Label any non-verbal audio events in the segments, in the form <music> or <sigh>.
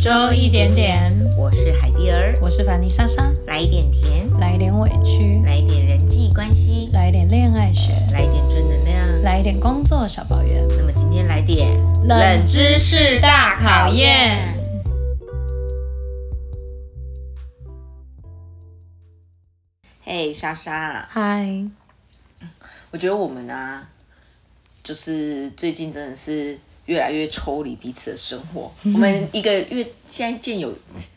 周一点点，我是海蒂儿，我是凡妮莎莎，来一点甜，来一点委屈，来一点人际关系，来一点恋爱学，来一点正能量。来一点工作小抱怨，那么今天来点知识大考验。嘿，莎莎，嗨，我觉得我们啊，就是最近真的是越来越抽离彼此的生活。我们一个月现在见有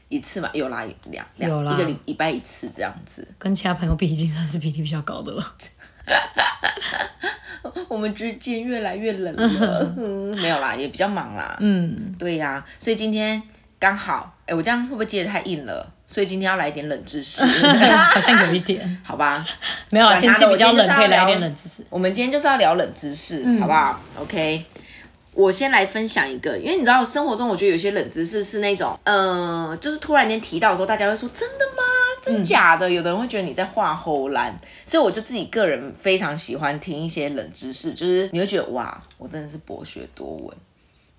一次嘛，有啦，两两有啦一个礼礼拜一次这样子。跟其他朋友比，已经算是比例比较高的了。我们之间越来越冷了，嗯没有啦，也比较忙啦。嗯，对呀、所以今天刚好，哎，我这样会不会接的太硬了？所以今天要来一点冷知识， <laughs> 好像有一点，好吧？没有啦，管他天的气比较我今天就是冷，要可以来一聊点冷知识。我们今天就是要聊冷知识，好不好？OK，我先来分享一个，因为你知道生活中我觉得有些冷知识是那种，呃，就是突然间提到的时候，大家会说真的吗？真假的？有的人会觉得你在画后栏，所以我就自己个人非常喜欢听一些冷知识，就是你会觉得哇，我真的是博学多闻。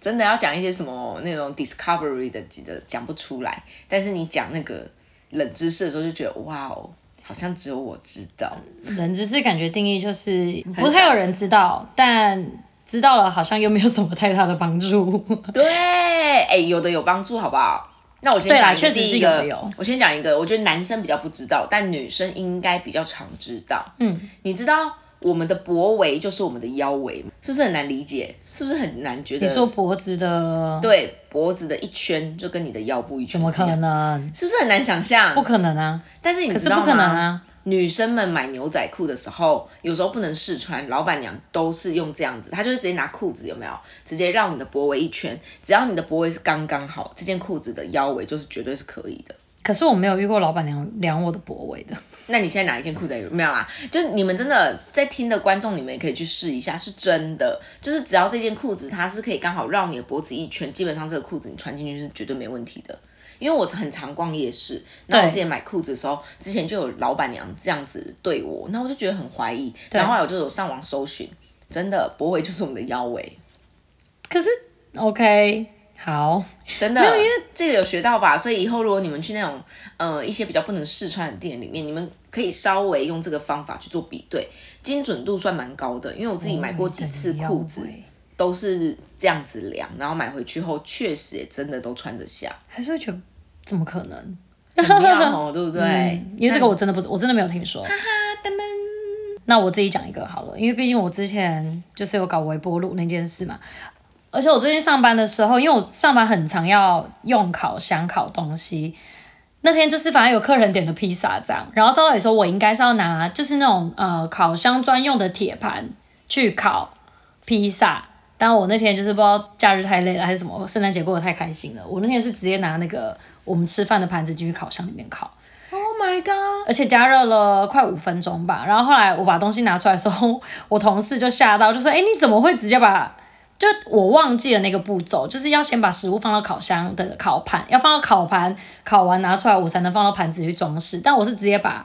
真的要讲一些什么那种 discovery 的的讲不出来，但是你讲那个冷知识的时候就觉得哇哦，好像只有我知道。冷知识感觉定义就是少不太有人知道，但知道了好像又没有什么太大的帮 <laughs> 助。对，哎、有的有帮助，好不好？那我先对讲啦一个确实第是一有的个有我先讲一个，我觉得男生比较不知道，但女生应该比较常知道。嗯，你知道我们的脖围就是我们的腰围吗，是不是很难理解？是不是很难觉得？你说脖子的，对，脖子的一圈就跟你的腰部一圈怎么是一可样能？是不是很难想象？不可能啊！但是你可知是道不吗？可能啊！女生们买牛仔裤的时候，有时候不能试穿，老板娘都是用这样子，她就是直接拿裤子有没有，直接绕你的脖围一圈，只要你的脖围是刚刚好，这件裤子的腰围就是绝对是可以的。可是我没有遇过老板娘量我的脖围的。那你现在哪一件裤子也没有啦？就是你们真的在听的观众，你们也可以去试一下，是真的，就是只要这件裤子它是可以刚好绕你的脖子一圈，基本上这个裤子你穿进去是绝对没问题的。因为我很常逛夜市，那我对之前买裤子的时候，之前就有老板娘这样子对我，那我就觉得很怀疑，对然后后来我就有上网搜寻，真的脖围就是我们的腰围，可是 OK，好，真的，没有，因为这个有学到吧，所以以后如果你们去那种呃一些比较不能试穿的店里面，你们可以稍微用这个方法去做比对，精准度算蛮高的。因为我自己买过几次裤嗯子、都是这样子量，然后买回去后确实也真的都穿得 <laughs> 下，还是会觉得怎么可能？很妙哦，对不对？因为这个我真的不，我真的没有听说。那我自己讲一个好了，因为毕竟我之前就是有搞微波炉那件事嘛，而且我最近上班的时候，因为我上班很常要用烤箱烤东西。那天就是反正有客人点的披萨这样，然后照道理说我应该是要拿就是那种呃烤箱专用的铁盘去烤披萨，但我那天就是不知道假日太累了还是什么，圣诞节过得太开心了，我那天是直接拿那个我们吃饭的盘子进去烤箱里面烤， Oh my god！而且加热了快五分钟吧。然后后来我把东西拿出来的时候，我同事就吓到，就说：“哎、你怎么会直接把？”就我忘记了那个步骤，就是要先把食物放到烤箱的烤盘，要放到烤盘，烤完拿出来，我才能放到盘子去装饰。但我是直接把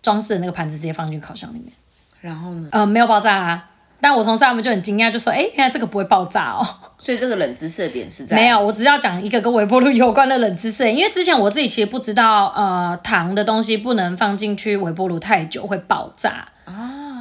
装饰的那个盘子直接放进烤箱里面，然后呢？呃，没有爆炸啊。但我同事他们就很惊讶，就说：“哎、原来这个不会爆炸哦。”所以这个冷知识的点是在没有，我只要讲一个跟微波炉有关的冷知识，因为之前我自己其实不知道，呃，糖的东西不能放进去微波炉太久会爆炸。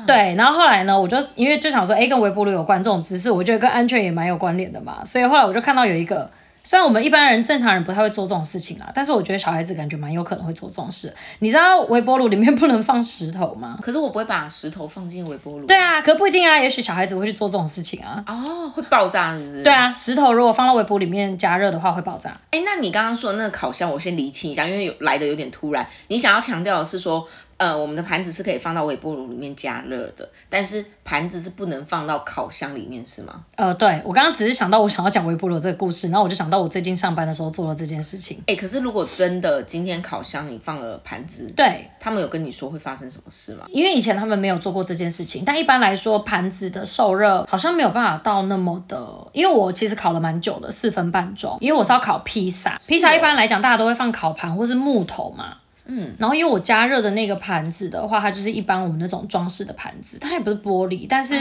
对，然后后来呢，我就因为就想说，哎，跟微波炉有关这种知识，我觉得跟安全也蛮有关联的嘛，所以后来我就看到有一个，虽然我们一般人正常人不太会做这种事情啦，但是我觉得小孩子感觉蛮有可能会做这种事。你知道微波炉里面不能放石头吗？可是我不会把石头放进微波炉，对啊，可不一定啊，也许小孩子会去做这种事情啊。哦，会爆炸是不是？对啊，石头如果放到微波炉里面加热的话会爆炸。哎，那你刚刚说的那个烤箱，我先厘清一下，因为有来的有点突然。你想要强调的是说，呃，我们的盘子是可以放到微波炉里面加热的，但是盘子是不能放到烤箱里面，是吗？呃，对我刚刚只是想到我想要讲微波炉这个故事，然后我就想到我最近上班的时候做了这件事情。哎，可是如果真的今天烤箱你放了盘子，对，他们有跟你说会发生什么事吗？因为以前他们没有做过这件事情，但一般来说盘子的受热好像没有办法到那么的，因为我其实烤了蛮久的，四分半钟，因为我是要烤披萨，哦披萨一般来讲大家都会放烤盘或是木头嘛。嗯，然后因为我加热的那个盘子的话，它就是一般我们那种装饰的盘子，它也不是玻璃，但是、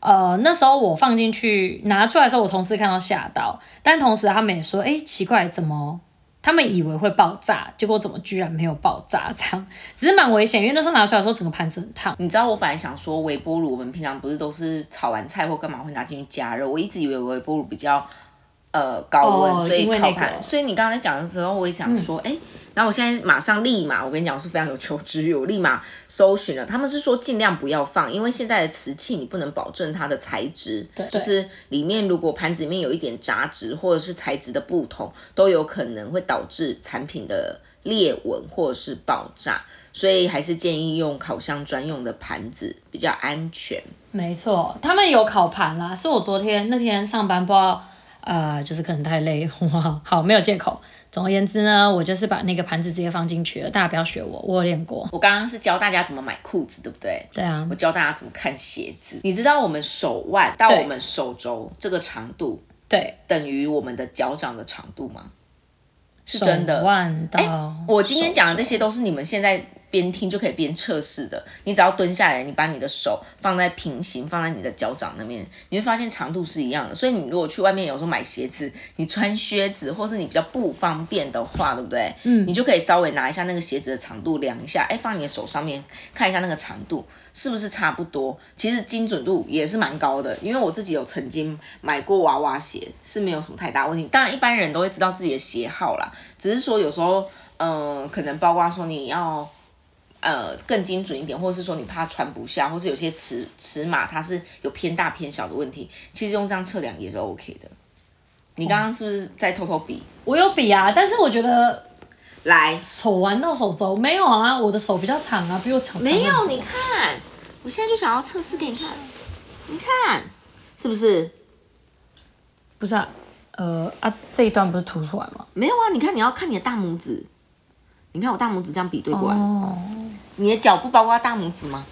呃，那时候我放进去拿出来的时候，我同事看到吓到，但同时他们也说，哎、奇怪，怎么？他们以为会爆炸，结果怎么居然没有爆炸？这样只是蛮危险，因为那时候拿出来的时候，整个盘子很烫。你知道我本来想说微波炉，我们平常不是都是炒完菜或干嘛会拿进去加热？我一直以为微波炉比较呃高温，哦所以因为烤那盘。个嗯所以你刚才讲的时候，我也想说，哎、然后我现在马上立马，我跟你讲，我是非常有求知欲，我立马搜寻了。他们是说尽量不要放，因为现在的瓷器你不能保证它的材质，对就是里面如果盘子里面有一点杂质或者是材质的不同，都有可能会导致产品的裂纹或者是爆炸。所以还是建议用烤箱专用的盘子比较安全。没错，他们有烤盘啦，是我昨天那天上班不知道，呃，就是可能太累， <laughs> 哇，好没有借口。总而言之呢，我就是把那个盘子直接放进去了，大家不要学我，我有练过。我刚刚是教大家怎么买裤子，对不对？对啊我，教大家怎么看鞋子。你知道我们手腕到我们手肘这个长度对，等于我们的脚掌的长度吗？是真的手腕到、我今天讲的这些都是你们现在边听就可以边测试的。你只要蹲下来，你把你的手放在平行，放在你的脚掌那边，你会发现长度是一样的。所以你如果去外面有时候买鞋子，你穿靴子或是你比较不方便的话，对不对？嗯，你就可以稍微拿一下那个鞋子的长度量一下，哎，放你的手上面看一下那个长度是不是差不多。其实精准度也是蛮高的，因为我自己有曾经买过娃娃鞋，是没有什么太大问题。当然，一般人都会知道自己的鞋号啦，只是说有时候。嗯，可能包括说你要呃更精准一点，或者是说你怕穿不下，或是有些尺尺码它是有偏大偏小的问题，其实用这样测量也是 OK 的。你刚刚是不是在偷偷比？我有比啊，但是我觉得来，手腕到手肘没有啊，我的手比较长啊，比我长。没有，你看，我现在就想要测试给你看，你看是不是？不是啊，呃啊，这一段不是凸出来吗？没有啊，你看你要看你的大拇指，你看我大拇指这样比对过来，哦，你的脚不包括大拇指吗？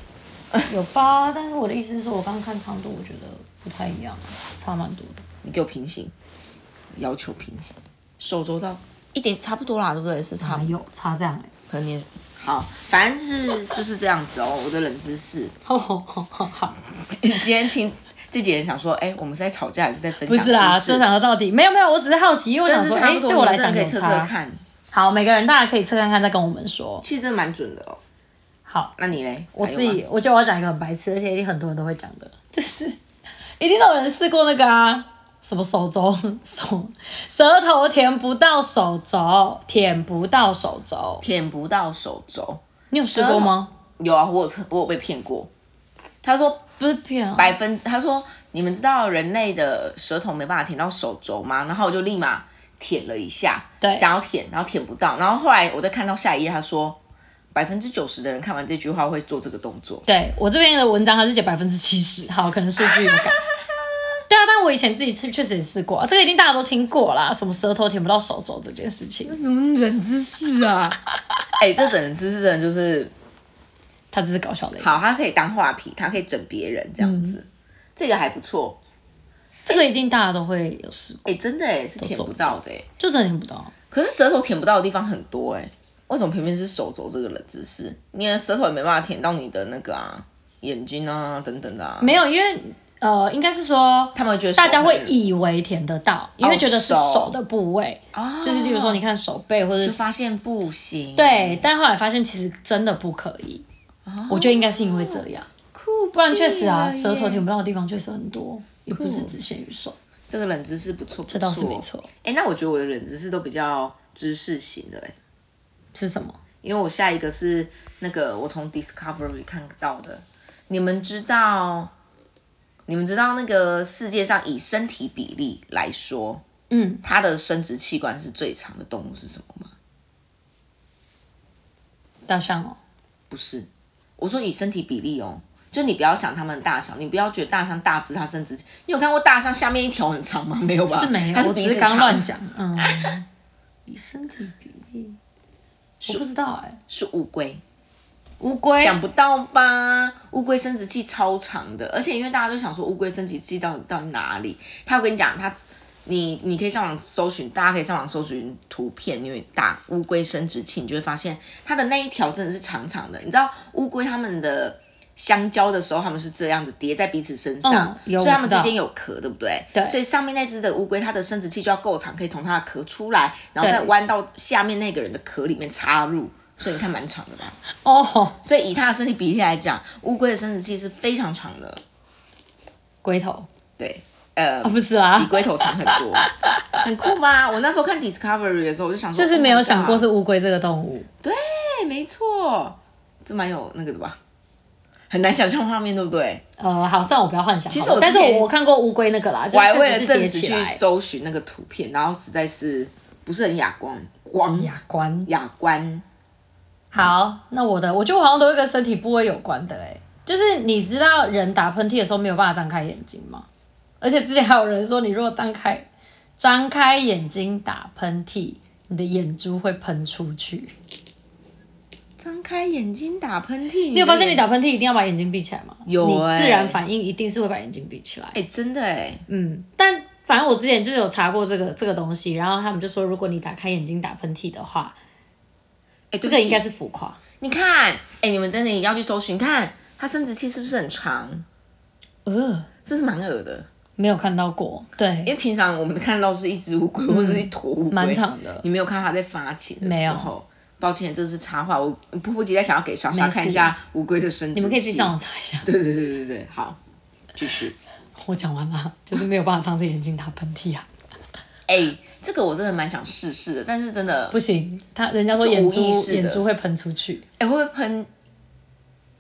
有吧？但是我的意思是说，我刚刚看长度，我觉得不太一样，差蛮多的。你给我平行，要求平行，手肘到一点差不多啦，对不对？是不是差不多？有差这 <laughs> 样哎、可能你好，反正是就是这样子哦。我的冷知 <laughs> 识，好好好好，今天听这几人想说，哎、我们是在吵架还是在分不享是啦，知就识？想说到底没有没有，我只是好奇，因为我真想的是说，差哎、不多，对我来真的讲可以有测测差。看，好，每个人大家可以测看看，再跟我们说。其实真的蛮准的哦。好，那你嘞？我还有自吗己，我觉得我要讲一个很白痴，而且一定很多人都会讲的，就是 <laughs> 一定都有人试过那个啊，什么手肘 <laughs> 手舌头舔不到手肘，舔不到手肘，舔不到手肘，你有试过吗？有啊，我有测，我有被骗过。他说不是骗啊，百分，他说你们知道人类的舌头没办法舔到手肘吗？然后我就立马舔了一下，对想要舔，然后舔不到，然后后来我再看到下一页，他说百分之九十的人看完这句话会做这个动作。对我这边的文章它是写百分之七十，好，可能数据 <laughs> 有改。对啊，但我以前自己吃确实也试过、啊，这个一定大家都听过啦，什么舌头舔不到手肘这件事情，什么冷知识啊？哎、这整人知识真的就是它只是搞笑的。，好，它可以当话题，它可以整别人这样嗯子，这个还不错。这个一定大家都会有试过，哎、真的哎，是舔不到的哎，就真的舔不到。可是舌头舔不到的地方很多哎，为什么偏偏是手肘这个冷知识？你的舌头也没办法舔到你的那个啊，眼睛啊等等的啊，没有，因为呃，应该是说他们觉得手大家会很以为舔得到，因为觉得是哦手手的部位，啊，就是例如说你看手背或者就是发现不行，，对，但后来发现其实真的不可以。我觉得应该是因为这样，哦酷，不然确实啊，舌头舔不到的地方确实很多，也不是只限于手，这个冷知识不错，这这倒是没。错。哎、那我觉得我的冷知识都比较知识型的哎。是什么？因为我下一个是那个我从 Discovery 看到的。你们知道，你们知道那个世界上以身体比例来说，嗯，它的生殖器官是最长的动物是什么吗？大象哦，不是，我说以身体比例哦，就你不要想它们的大小，你不要觉得大象大只，它生殖器，你有看过大象下面一条很长吗？没有吧？是没有，啊它是我鼻只子是刚长乱讲。 <laughs> 嗯，以身体比例，我不知道哎、是乌龟。乌龟想不到吧？乌龟生殖器超长的，而且因为大家都想说乌龟生殖器到底到底哪里？他我跟你讲，他你你可以上网搜寻，大家可以上网搜寻图片，因为打乌龟生殖器，你就会发现它的那一条真的是长长的。你知道乌龟它们的相交的时候，它们是这样子叠在彼此身上，嗯有所以它我们知道之间哦有壳，对不对？对所以上面那只的乌龟，它的生殖器就要够长，可以从它的壳出来，然后对再弯到下面那个人的壳里面插入。所以你看，蛮长的吧？哦，所以以它的身体比例来讲，乌龟的生殖器是非常长的，龟头对，呃，啊，不是啦比，龟头长很多， <laughs> 很酷吧？我那时候看 Discovery 的时候，我就想说，就是没有想过 Oh my 是乌龟这个动物。 God 对，哎没错，这蛮有那个的吧？很难想象画面，对不对？呃，好，算我不要幻想哦好了。其实我之但是前我我看过乌龟那个啦，就我还确实为了是证叠实起去来搜寻那个图片，然后实在是不是很雅观， <laughs> 光雅观。雅观，好，那我的，我觉得我好像都是跟身体部位有关的哎、就是你知道人打喷嚏的时候没有办法张开眼睛吗？而且之前还有人说，你如果张开张开眼睛打喷嚏，你的眼珠会喷出去。张开眼睛打喷嚏，你有发现你的打喷嚏一定要把眼睛闭起来吗？有欸你自然反应一定是会把眼睛闭起来。眼哎、真的哎，嗯，但反正我之前就是有查过这个这个东西，然后他们就说，如果你打开眼睛打喷嚏的话，哎、这对不个起应该是浮夸。你看，哎、你们真的要去搜寻，你看它生殖器是不是很长？呃，是不是蛮恶的？没有看到过，因对，为平常我们看到是一只乌龟或者是一坨乌龟，蛮长的。你没有看到它在发情的没时有候。抱歉，这是插话。我迫不及待想要给莎莎没事看一下乌龟的生殖器。你们可以去上网查一下。对对对对对，好，继续。我讲完了，就是没有办法张着眼睛打喷嚏啊，哎、这个我真的蛮想试试的，但是真的，不行，他人家说眼珠是无意识的眼珠会喷出去，哎、会不会喷？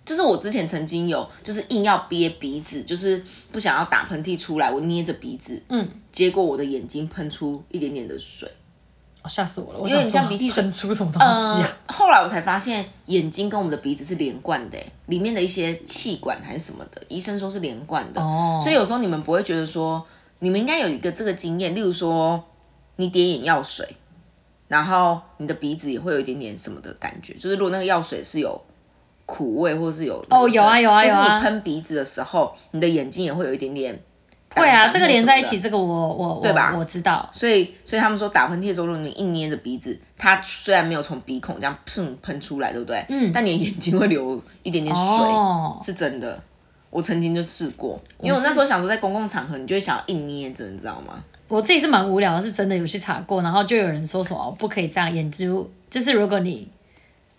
就是我之前曾经有，就是硬要憋鼻子，就是不想要打喷嚏出来，我捏着鼻子，嗯，结果我的眼睛喷出一点点的水。哦吓、死我了！我因为你想说像鼻涕水喷出什么东西啊？呃后来我才发现，眼睛跟我们的鼻子是连贯的，欸里面的一些气管还是什么的，医生说是连贯的。哦所以有时候你们不会觉得说，你们应该有一个这个经验，例如说你点眼药水，然后你的鼻子也会有一点点什么的感觉，就是如果那个药水是有。苦味，或是有哦有啊有啊有或是啊你喷鼻子的时候，你的眼睛也会有一点点。对啊，感这染个连在一或什么的起，这个我我我对吧我知道，所以，所以他们说打喷嚏的时候，如果你一捏着鼻子，它虽然没有从鼻孔这样砰喷出来，对不对？嗯。但你的眼睛会流一点点水，哦是真的。我曾经就试过，因为我那时候想说在公共场合，你就会想要硬捏着，你知道吗？我自己是蛮无聊的，是真的有去查过，然后就有人说什么哦不可以这样，眼珠就是如果你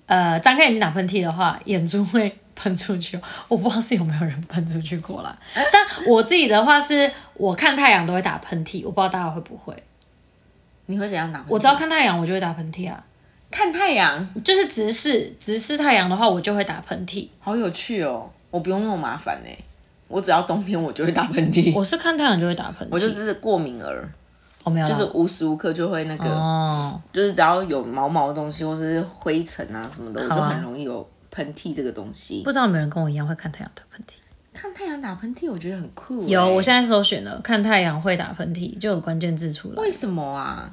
呃张开眼睛打喷嚏的话，眼珠会喷出去。哦我不知道是有没有人喷出去过啦，但我自己的话是我看太阳都会打喷嚏，我不知道大家会不会。你会怎样打喷嚏？我只要看太阳，我就会打喷嚏啊。看太阳，就是直视直视太阳的话，我就会打喷嚏。好有趣哦！我不用那么麻烦呢、我只要冬天 <laughs> 我就会打喷嚏，我是看太阳就会打喷嚏，哦我就是过敏儿，我没有啦，就是无时无刻就会那个，哦，就是只要有毛毛的东西或是灰尘啊什么的，我就好啊很容易有喷嚏这个东西。不知道有没有人跟我一样会看太阳打喷嚏。看太阳打喷嚏，我觉得很酷欸、有，我现在搜寻了，看太阳会打喷嚏，就有关键字出来为，什么啊？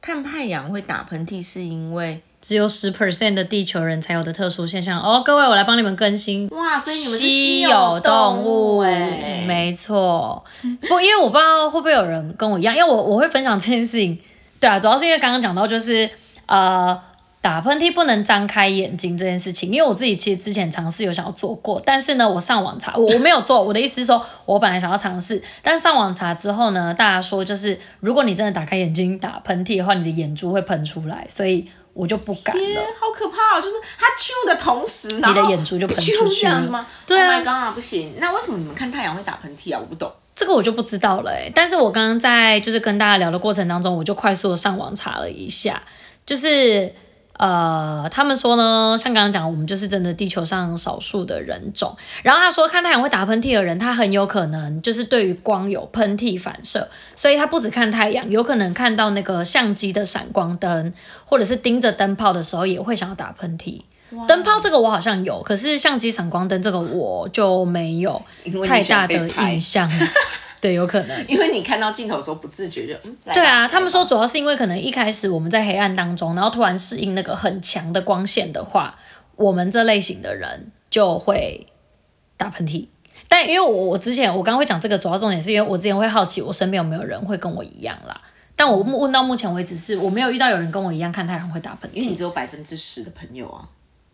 看太阳会打喷嚏，是因为只有十 percent 的地球人才有的特殊现象哦。各位，我来帮你们更新。哇，所以你们是稀有有动物物哎、没错。不，因为我不知道会不会有人跟我一样，因为我我会分享这件事情。 <laughs> 对啊，主要是因为刚刚讲到就是呃，打喷嚏不能张开眼睛这件事情，因为我自己其实之前尝试有想要做过，但是呢，我上网查，我我没有做。我的意思是说，我本来想要尝试，但上网查之后呢，大家说就是如果你真的打开眼睛打喷嚏的话，你的眼珠会喷出来，所以我就不敢耶了。好可怕哦！就是它啾的同时，你你的眼珠就喷出去了这样子吗？对啊 o h my god，不行！那为什么你们看太阳会打喷嚏啊？我不懂。这个我就不知道了、欸，但是我刚刚在就是跟大家聊的过程当中，我就快速的上网查了一下，就是呃，他们说呢，像刚刚讲，我们就是真的地球上少数的人种。然后他说，看太阳会打喷嚏的人，他很有可能就是对于光有喷嚏反射，所以他不只看太阳，有可能看到那个相机的闪光灯，或者是盯着灯泡的时候，也会想要打喷嚏。灯泡这个我好像有，可是相机闪光灯这个我就没有因为你太大喜欢的被拍 <laughs> 印象。对，有可能。因为你看到镜头的时候不自觉就嗯，来 <laughs> 对啊，吧他们说主要是因为可能一开始我们在黑暗当中，然后突然适应那个很强的光线的话，我们这类型的人就会打喷嚏。但因为我我之前我刚刚会讲这个，主要重点是因为我之前会好奇我身边有没有人会跟我一样啦。但嗯我目问到目前为止是我没有遇到有人跟我一样看太阳会打喷因为你嚏，只有百分之十的朋友啊，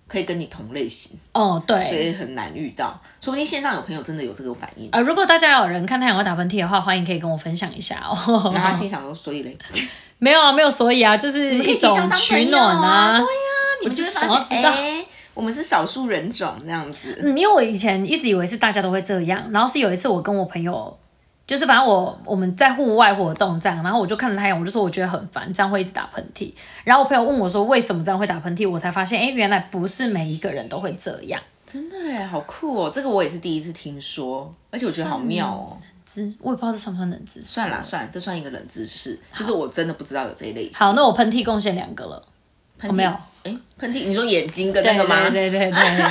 可以跟你同类型，哦，所对。以很难遇到。说不定线上有朋友真的有这个反应，呃，如果大家有人看太阳会打喷嚏的话，欢迎可以跟我分享一下哦。 <laughs> 然后他心想说，所以嘞，没有啊，没有所以啊，就是可以 <laughs> 一互相种当取朋友暖啊，对呀、你我们就就会想发要现，知道哎、我们是少数人种这样子。嗯，因为我以前一直以为是大家都会这样，然后是有一次我跟我朋友，就是反正我我们在户外活动这样，然后我就看着太阳，我就说我觉得很烦，这样会一直打喷嚏。然后我朋友问我说为什么这样会打喷嚏，我才发现，哎，原来不是每一个人都会这样。真的哎，好酷哦！这个我也是第一次听说，而且我觉得好妙哦。知我也不知道这算不算冷知识。算了算了，这算一个冷知识，就是我真的不知道有这一类型。好，那我喷嚏贡献两个了。喷嚏、我没有哎，喷嚏，你说眼睛跟那个吗？对对对对对，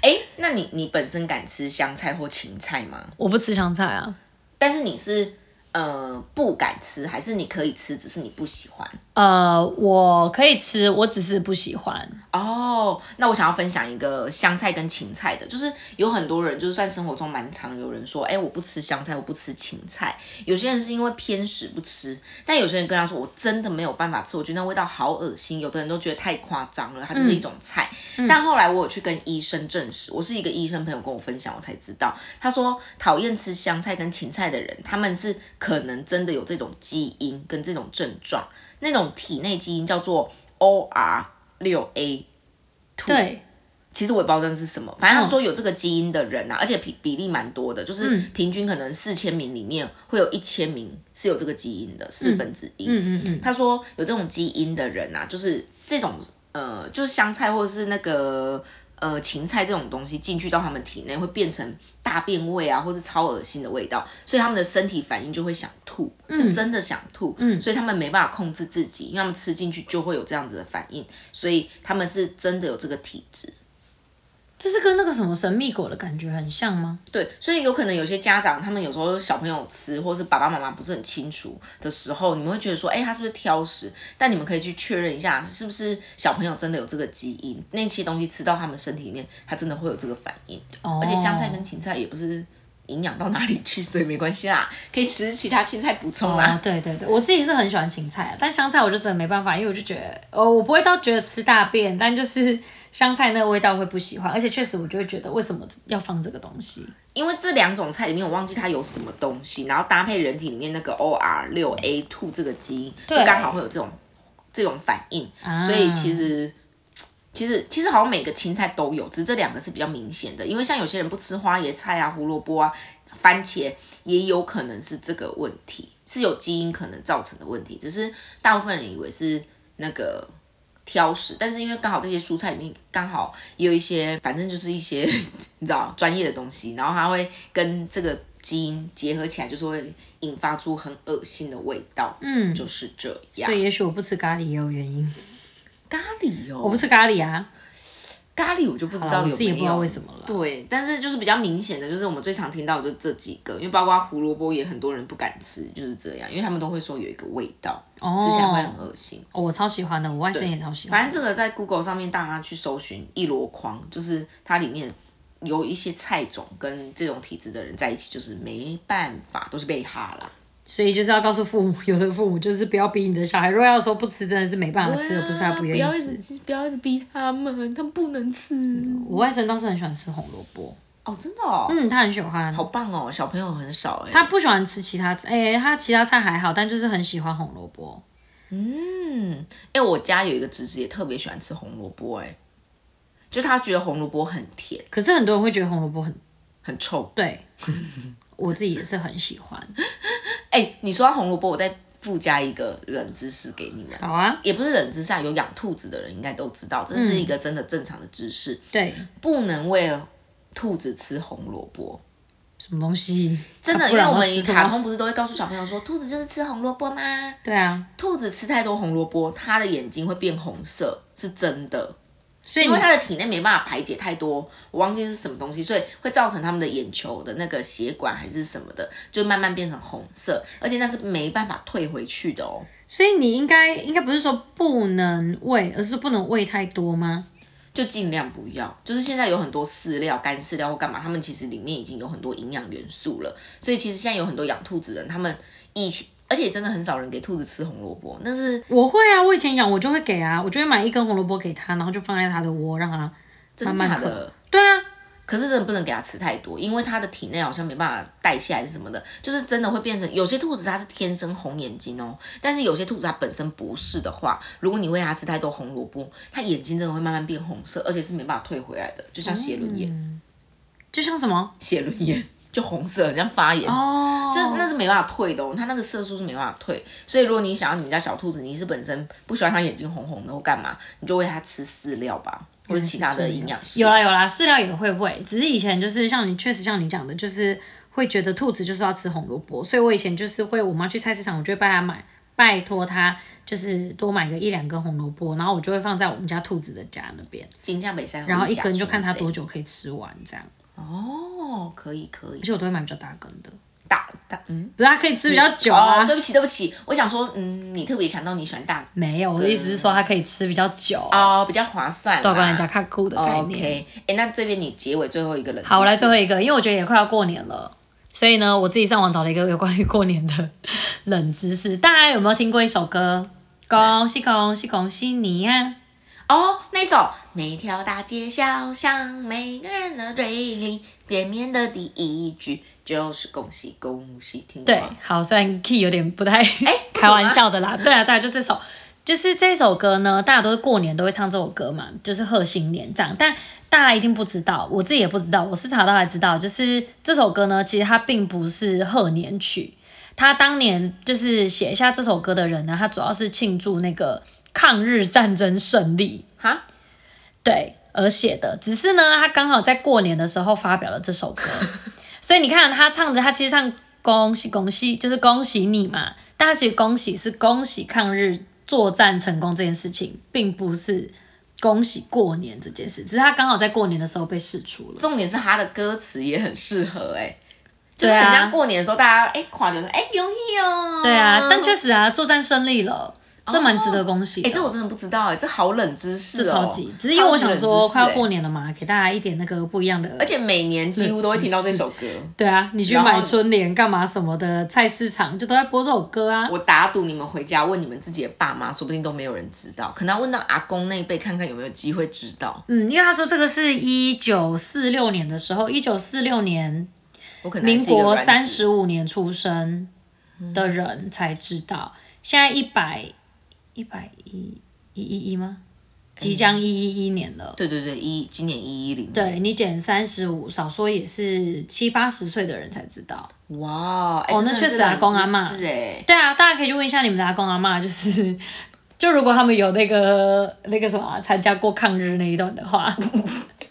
哎，那你你本身敢吃香菜或芹菜吗？ <laughs> 我不吃香菜啊。但是你是呃不敢吃，还是你可以吃，只是你不喜欢？呃，我可以吃，我只是不喜欢。哦，那我想要分享一个香菜跟芹菜的，就是有很多人，就是算生活中蛮常有人说，哎、我不吃香菜，我不吃芹菜。有些人是因为偏食不吃，但有些人跟他说，我真的没有办法吃，我觉得那味道好恶心。有的人都觉得太夸张了，它就是一种菜。但后来我有去跟医生证实，我是一个医生朋友跟我分享，我才知道，他说讨厌吃香菜跟芹菜的人，他们是可能真的有这种基因跟这种症状，那种体内基因叫做 OR 六 A。对，其实我也不知道那是什么，反正他嗯们说有这个基因的人啊，而且比比例蛮多的，就是嗯平均可能四千名里面会有一千名是有这个基因的四分之一。嗯嗯嗯，他说有这种基因的人啊，就是这种呃，就是香菜或者是那个呃芹菜这种东西进去到他们体内会变成大便味啊，或是超恶心的味道，所以他们的身体反应就会想吐，嗯是真的想吐。嗯，所以他们没办法控制自己，因为他们吃进去就会有这样子的反应，所以他们是真的有这个体质。这是跟那个什么神秘果的感觉很像吗？对，所以有可能有些家长，他们有时候小朋友吃，或是爸爸妈妈不是很清楚的时候，你们会觉得说，哎，他是不是挑食？但你们可以去确认一下，是不是小朋友真的有这个基因，那些东西吃到他们身体里面，他真的会有这个反应。哦，而且香菜跟芹菜也不是营养到哪里去，所以没关系啦，可以吃其他青菜补充啦。哦，对对对，我自己是很喜欢芹菜啊，但香菜我就真的没办法，因为我就觉得，哦，我不会到觉得吃大便，但就是香菜那个味道会不喜欢，而且确实我就会觉得为什么要放这个东西？因为这两种菜里面，我忘记它有什么东西，然后搭配人体里面那个 OR 六 A two 这个基因，就对刚好会有这种这种反应。所以其实其实其实好像每个青菜都有，只是这两个是比较明显的。因为像有些人不吃花椰菜啊、胡萝卜啊、番茄，也有可能是这个问题，是有基因可能造成的问题。只是大部分人以为是那个挑食，但是因为刚好这些蔬菜里面刚好也有一些，反正就是一些你知道专业的东西，然后它会跟这个基因结合起来，就是会引发出很恶心的味道。嗯，就是这样所。以也许我不吃咖喱也有原因，咖喱哦，我不吃咖喱啊，咖喱我就不知好道有啦没我有，自己也不知道为什么了对，但是就是比较明显的，就是我们最常听到的就这几个，因为包括胡萝卜也很多人不敢吃，就是这样，因为他们都会说有一个味道，哦吃起来会很恶心。哦我超喜欢的，我外甥也超喜欢。反正这个在 Google 上面大家去搜寻一箩筐，就是它里面有一些菜种跟这种体质的人在一起，就是没办法，都是被哈啦。所以就是要告诉父母，有的父母就是不要逼你的小孩，如果要说不吃，真的是没办法吃，而啊不是他不愿意吃。直啊不要一直逼他们，他们不能吃。我外甥倒是很喜欢吃红萝卜，哦，真的哦，嗯，他很喜欢，好棒哦，小朋友很少哎。他不喜欢吃其他菜，哎、他其他菜还好，但就是很喜欢红萝卜。哎、我家有一个侄子也特别喜欢吃红萝卜，哎，就他觉得红萝卜很甜，可是很多人会觉得红萝卜很很臭。对，我自己也是很喜欢。哎、你说到红萝卜，我再附加一个冷知识给你们，好啊，也不是冷知识啊，有养兔子的人应该都知道，这是一个真的正常的知识，对，不能喂兔子吃红萝卜。什么东西？真的，啊因不为然我要们吃什卡么通不是都会告诉小朋友说，兔子就是吃红萝卜吗？对啊，兔子吃太多红萝卜，它的眼睛会变红色，是真的。所以因你为它的体内没办法排解太多，我忘记是什么东西，所以会造成他们的眼球的那个血管还是什么的，就慢慢变成红色，而且那是没办法退回去的哦。所以你应该应该不是说不能喂，而是不能喂太多吗？就尽量不要，就是现在有很多饲料、干饲料或干嘛，他们其实里面已经有很多营养元素了，所以其实现在有很多养兔子人，他们以前而且真的很少人给兔子吃红萝卜，那是我会啊，我以前养我就会给啊，我就会买一根红萝卜给它，然后就放在它的窝，让它真慢假慢的啃。。对啊，可是真的不能给它吃太多，因为它的体内好像没办法代谢还是什么的，就是真的会变成有些兔子它是天生红眼睛哦，但是有些兔子它本身不是的话，如果你喂它吃太多红萝卜，它眼睛真的会慢慢变红色，而且是没办法退回来的，就哦像斜轮眼，就像什么斜轮眼就红色，像发炎。哦，就是那是没办法退的、哦，它那个色素是没办法退，所以如果你想要你们家小兔子，你是本身不喜欢它眼睛红红的或干嘛，你就喂它吃饲料吧，或者其他的营养素。有啊啦有啦，饲料也会喂，只是以前就是像你确实像你讲的，就是会觉得兔子就是要吃红萝卜，所以我以前就是会我妈去菜市场，我就会拜她买，拜托她就是多买个一两根红萝卜，然后我就会放在我们家兔子的家那边，金价北山，然后一根就看它多久可以吃完这样，哦，可以可以而，且我都会买比较大根的，大大嗯，不是它可以吃比较久哦啊。，对不起对不起，我想说，嗯，你特别强调你喜欢大没有，我的意思是说它可以吃比较久，哦，比较划算到嘛，跟人家看酷的概念。 OK，哎、诶那这边你结尾最后一个人，好，我来最后一个，因为我觉得也快要过年了，所以呢，我自己上网找了一个有关于过年的 <laughs> 冷知识。大家有没有听过一首歌？恭喜恭喜恭喜你啊呀、哦，那首每条大街小巷，每个人的嘴里，店面的第一句就是恭喜恭喜，听过对吗？，好，虽然 key 有点不太，哎不开准玩吗笑的啦。对啊，对啊，就这首，就是这首歌呢，大家都是过年都会唱这首歌嘛，就是贺新年这样。但大家一定不知道，我自己也不知道，我是查到才知道，就是这首歌呢，其实它并不是贺年曲，他当年就是写下这首歌的人呢，他主要是庆祝那个抗日战争胜利，哈，对而写的。只是呢，他刚好在过年的时候发表了 <laughs> 这首歌，所以你看他唱的，他其实唱恭喜恭喜，就是恭喜你嘛。但他其实恭喜是恭喜抗日作战成功这件事情，并不是恭喜过年这件事。只是他刚好在过年的时候被试出了。重点是他的歌词也很适合、诶就对是啊很像过年的时候，大家哎垮着说哎恭喜哦，对啊，但确实啊，作战胜利了，这蛮值得恭喜的。哎、这我真的不知道哎、这好冷知识哦、是超级，只是因为我想说快要过年，年了嘛，给大家一点那个不一样的。哎而且每年几乎都会听到这首 <laughs> 歌。对啊，你去然后买春联干嘛什么的，菜市场就都在播这首歌啊。我打赌你们回家问你们自己的爸妈，说不定都没有人知道，可能要问到阿公那一辈看看有没有机会知道。嗯，因为他说这个是一九四六年的时候，一九四六年我可能还民是一个国软子三十五年出生的人才知道，现在一百一百一一一一嗯吗？即将一一一年了。对对对，一今年一一零。，对你减三十五，少说也是七八十岁的人才知道。哇，哎哦那确实阿公阿嬷是哎，对啊，大家可以去问一下你们的阿公阿妈，就是 <laughs> 就如果他们有那个那个什么啊参加过抗日那一段的话， <laughs>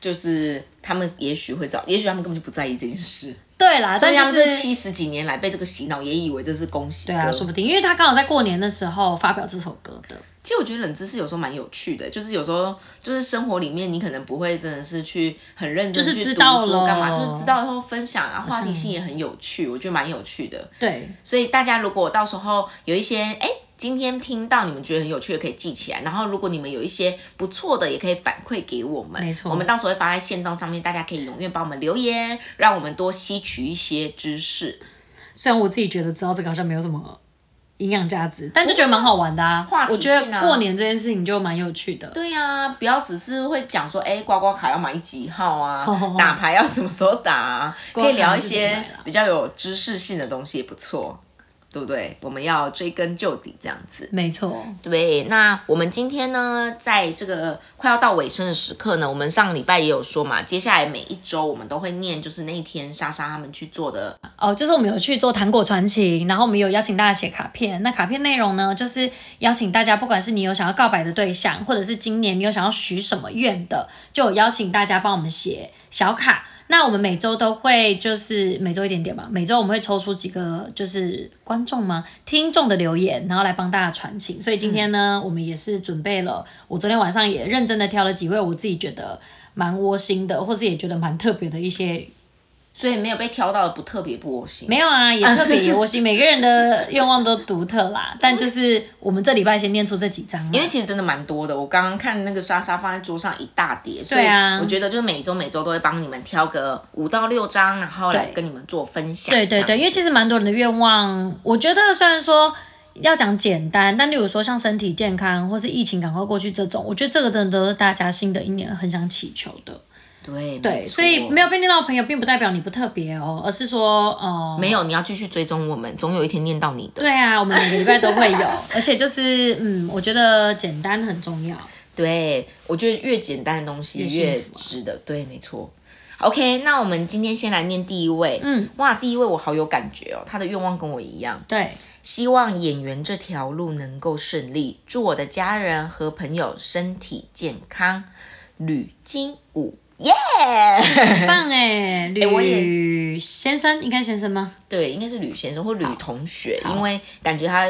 就是他们也许会找，也许他们根本就不在意这件事，对啦，所以他但们这就是七十几年来被这个洗脑，也以为这是恭喜对歌。啊，说不定，因为他刚好在过年的时候发表这首歌的，其实我觉得冷知识有时候蛮有趣的，就是有时候就是生活里面你可能不会真的是去很认真就是去知读道书了干嘛，就是知道以后分享啊，话题性也很有趣，我觉得蛮有趣的。对，所以大家如果到时候有一些哎。今天听到你们觉得很有趣的，可以记起来。然后，如果你们有一些不错的，也可以反馈给我们。没错我们到时候会发在线动上面，大家可以踊跃帮我们留言，让我们多吸取一些知识。虽然我自己觉得知道这个好像没有什么营养价值，但就觉得蛮好玩的啊。话题我觉性得啊过年这件事情就蛮有趣的。对呀、不要只是会讲说，哎、刮刮卡要买几号 <laughs> 啊，哦打牌要什么时候打、啊，刮可刮以聊卡一是怎么些买啦比较有知识性的东西也不错，对不对？我们要追根究底这样子。没错，对，那我们今天呢，在这个快要到尾声的时刻呢，我们上礼拜也有说嘛，接下来每一周我们都会念，就是那一天莎莎他们去做的，哦，就是我们有去做糖果传情，然后我们有邀请大家写卡片。那卡片内容呢，就是邀请大家，不管是你有想要告白的对象，或者是今年你有想要许什么愿的，就有邀请大家帮我们写小卡。那我们每周都会，就是每周一点点嘛，每周我们会抽出几个就是观众吗？听众的留言，然后来帮大家传情。所以今天呢，我们也是准备了，我昨天晚上也认真的挑了几位我自己觉得蛮窝心的，或者也觉得蛮特别的一些所以没有被挑到的不特别不窝心。没有啊，也特别窝心，每个人的愿望都独特 <laughs> 啦。但就是我们这礼拜先念出这几张啊，因为其实真的蛮多的，我刚刚看那个莎莎放在桌上一大叠，所以对啊我觉得就是每周每周都会帮你们挑个五到六张，然后来跟你们做分享。对对这对，样，因为其实蛮多人的愿望，我觉得虽然说要讲简单，但例如说像身体健康或是疫情赶快过去这种，我觉得这个真的都是大家新的一年很想祈求的。对对，没错所以没有被念到的朋友，并不代表你不特别哦，而是说，呃，没有，你要继续追踪我们，总有一天念到你的。对啊，我们每个礼拜都会有， <laughs> 而且就是，嗯，我觉得简单很重要。对，我觉得越简单的东西越幸越福啊值得。对，没错。OK，那我们今天先来念第一位。嗯，哇，第一位我好有感觉哦，他的愿望跟我一样，对，希望演员这条路能够顺利，祝我的家人和朋友身体健康，吕金武。耶、很棒哎，哎我也吕、先生，应该先生吗？对，应该是吕先生或吕同学，因为感觉他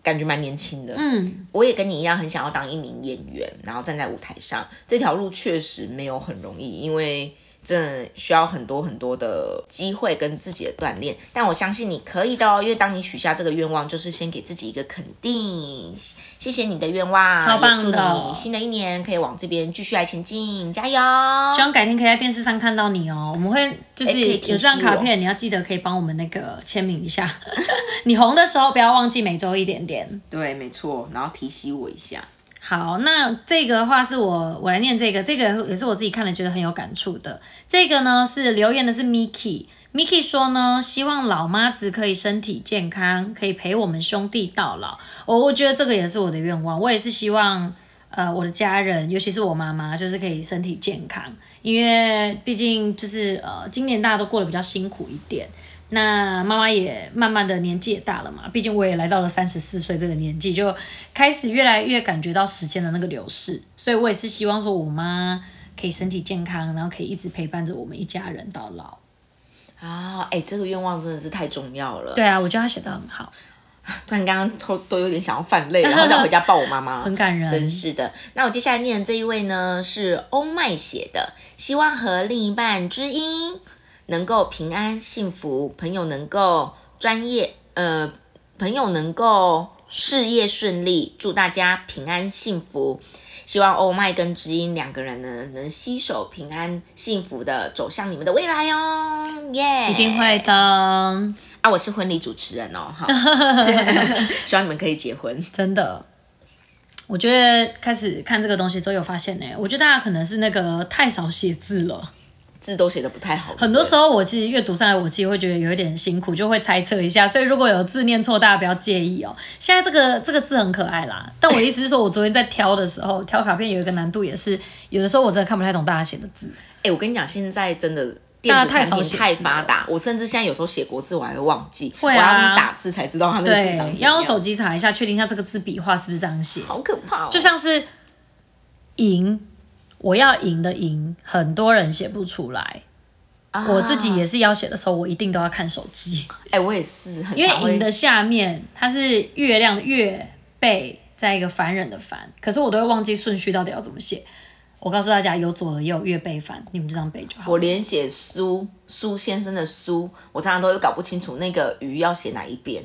感觉蛮年轻的。嗯，我也跟你一样，很想要当一名演员，然后站在舞台上。这条路确实没有很容易，因为真的需要很多很多的机会跟自己的锻炼。但我相信你可以的哦，因为当你许下这个愿望，就是先给自己一个肯定。谢谢你的愿望，超棒的也祝你新的一年可以往这边继续来前进，加油！希望改天可以在电视上看到你哦。我们会就是哎可以有提这张示卡我片，你要记得可以帮我们那个签名一下。 <laughs> 你红的时候不要忘记每周一点点。对，没错，然后提醒我一下。好，那这个的话是我我来念这个，这个也是我自己看了觉得很有感触的。这个呢是留言的是 Miki。Miki 说呢，希望老妈子可以身体健康，可以陪我们兄弟到老。我、我觉得这个也是我的愿望，我也是希望，呃，我的家人，尤其是我妈妈，就是可以身体健康，因为毕竟就是呃，今年大家都过得比较辛苦一点。那妈妈也慢慢的年纪也大了嘛，毕竟我也来到了三十四岁这个年纪，就开始越来越感觉到时间的那个流逝，所以我也是希望说我妈可以身体健康，然后可以一直陪伴着我们一家人到老。啊，哎、这个愿望真的是太重要了。对啊，我觉得她写的很好，突然刚刚都都有点想要泛泪了，好想回家抱我妈 <laughs> 妈。很感人。真是的。那我接下来念的这一位呢，是欧麦写的，希望和另一半知音能够平安幸福，朋友能够专业，呃，朋友能够事业顺利，祝大家平安幸福。希望欧麦跟知音两个人呢，能携手平安幸福的走向你们的未来哦，耶、 <laughs> 一定会的，啊！我是婚礼主持人哦， <laughs> 好，希望你们可以结婚。真的。我觉得开始看这个东西之后，有发现呢、欸我觉得大家可能是那个太少写字了。字都写的不太好，很多时候候我其实阅读上来，我其实会觉得有一点辛苦，就会猜测一下。所以如果有字念错，大家不要介意哦。现在这个这个字很可爱啦， <laughs> 但我的意思是说，我昨天在挑的时候，挑卡片有一个难度，也是有的时候我真的看不太懂大家写的 <laughs> 字。哎、我跟你讲，现在真的大电家子太产少品写太字发了达，我甚至现在有时候写国字我还会忘记，会我啊要用打字才知道它那个字对长，怎要样用，手机查一下，确定一下这个字笔画是不是这样写。好可怕、哦，就像是“赢”，我要赢的“赢”，很多人写不出来。啊我自己也是要写的时候，我一定都要看手机。哎、我也是很因常为会银的下面它是月亮的月背，在一个凡人的凡，可是我都会忘记顺序到底要怎么写。我告诉大家，有左而右，月背凡，你们就这样背就好。我连写苏苏先生的苏，我常常都会搞不清楚那个鱼要写哪一边。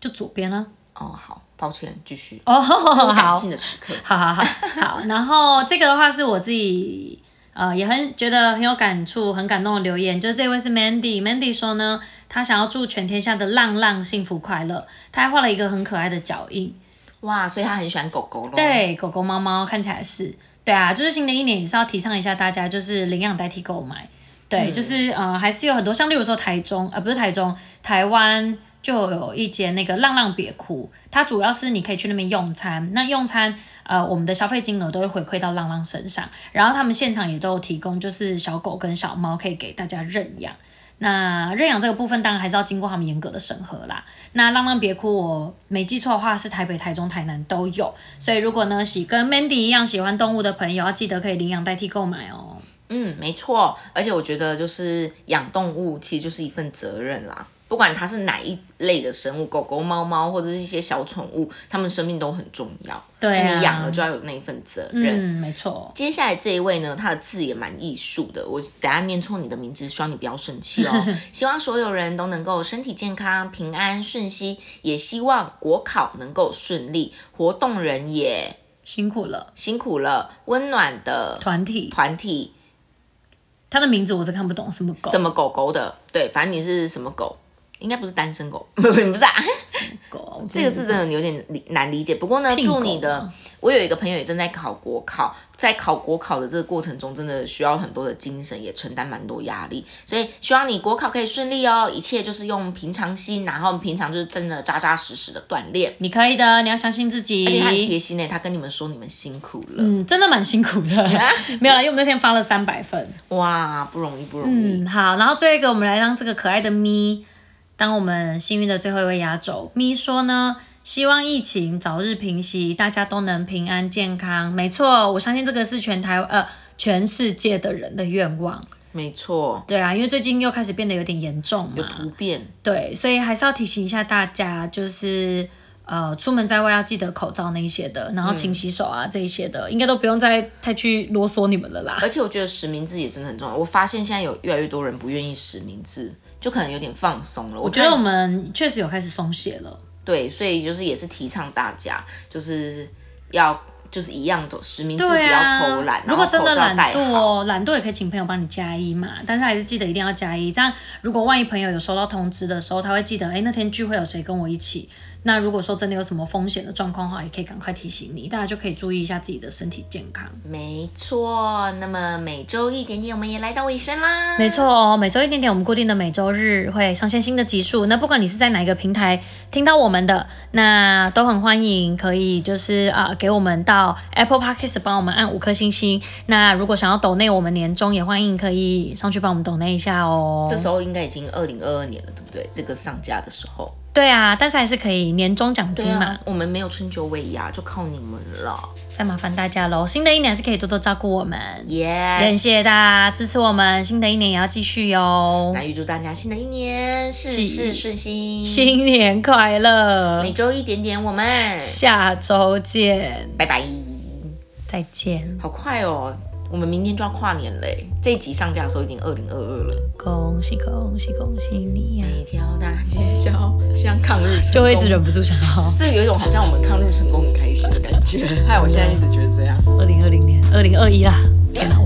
就左边啦、哦，好，抱歉，继续。哦，这是感好性，的时刻，好好好 <laughs> 好。然后这个的话是我自己呃也很觉得很有感触、很感动的留言，就是这位是 Mandy，Mandy 说呢，她想要祝全天下的浪浪幸福快乐，她还画了一个很可爱的脚印，哇，所以他很喜欢狗狗咯。，对，狗狗、猫猫看起来是，对啊，就是新的一年也是要提倡一下大家，就是领养代替购买。对，就是呃，还是有很多，像例如说台中，呃，不是台中，台湾就有一间那个浪浪别哭，它主要是你可以去那边用餐，那用餐呃，我们的消费金额都会回馈到浪浪身上，然后他们现场也都有提供，就是小狗跟小猫可以给大家认养。那认养这个部分当然还是要经过他们严格的审核啦。那浪浪别哭，我没记错的话是台北、台中、台南都有，所以如果呢喜跟 Mandy 一样喜欢动物的朋友，要记得可以领养代替购买哦。嗯，没错。而且我觉得就是养动物其实就是一份责任啦，不不管它是哪一类的生物，狗狗、猫猫或者是一些小宠物，它们生命都很重要。对啊就你养了就要有那一份责任。嗯，没错。接下来这一位呢，他的字也蛮艺术的，我等下念错你的名字，希望你不要生 <laughs> 气哦。希望所有人都能够身体健康、平安顺心，也希望国考能够顺利，活动人也辛苦了，辛苦了，温暖的团体。团体，它的名字我是看不懂，什么狗？什么狗狗的，对，反正你是什么狗，应该不是单身 <laughs> 狗，不不不是啊，狗啊？我这个字真的有点理难理解。不过呢，聘狗祝你的吗，我有一个朋友也正在考国考，在考国考的这个过程中，真的需要很多的精神，也承担蛮多压力。所以希望你国考可以顺利哦，一切就是用平常心，然后平常就是真的扎扎实实的锻炼。你可以的，你要相信自而且他很贴己。心呢、欸他跟你们说你们辛苦了，嗯，真的蛮辛苦的，啊 <laughs> 没有啦，因为我们那天发了三百份。哇，不容易不容易。嗯，好，然后最后一个，我们来让这个可爱的咪当我们幸运的最后一位压轴。咪说呢，希望疫情早日平息，大家都能平安健康。没错，我相信这个是全台呃全世界的人的愿望。没错，对啊，因为最近又开始变得有点严重嘛，有突变，对，所以还是要提醒一下大家，就是呃，出门在外要记得口罩那一些的，然后勤洗手啊、这一些的，应该都不用再太去啰嗦你们了啦。而且我觉得实名制也真的很重要。我发现现在有越来越多人不愿意实名制，就可能有点放松了。我我觉得我们确实有开始松懈了，对，所以就是也是提倡大家就是要就是一样的实名制，不对要啊，偷懒，如果真的懒然后口罩戴好。嗯惰哦，懒惰也可以请朋友帮你加一嘛，但是还是记得一定要加一。这样，如果万一朋友有收到通知的时候，他会记得，哎，那天聚会有谁跟我一起。那如果说真的有什么风险的状况的话，也可以赶快提醒你，大家就可以注意一下自己的身体健康。没错，那么每周一点点，我们也来到尾声啦。没错哦，每周一点点，我们固定的每周日会上线新的集数。那不管你是在哪一个平台听到我们的，那都很欢迎，可以就是啊、呃给我们到 Apple Podcast 帮我们按五颗星星。那如果想要抖内我们年终，也欢迎可以上去帮我们抖内一下哦。这时候应该已经二零二二年了，对不对？这个上架的时候，对啊，但是还是可以年终奖金对嘛，啊，我们没有春秋尾牙，就靠你们了。再麻烦大家喽。新的一年还是可以多多照顾我们，也很 Yes，谢谢大家支持我们，新的一年也要继续哟。那预祝大家新的一年事事顺心。新年快乐每，周一点点，我们下周见。拜拜。再见，好快哦，我们明天就要跨年嘞！这一集上架的时候已经二零二二了。恭喜恭喜恭喜你呀、每条大街小巷抗日成功，就会一直忍不住想要这有一种好像我们 <laughs> 抗日成功很开心的感觉，害我现在一直觉得这样。二零二零年、二零二一啦，天哪，我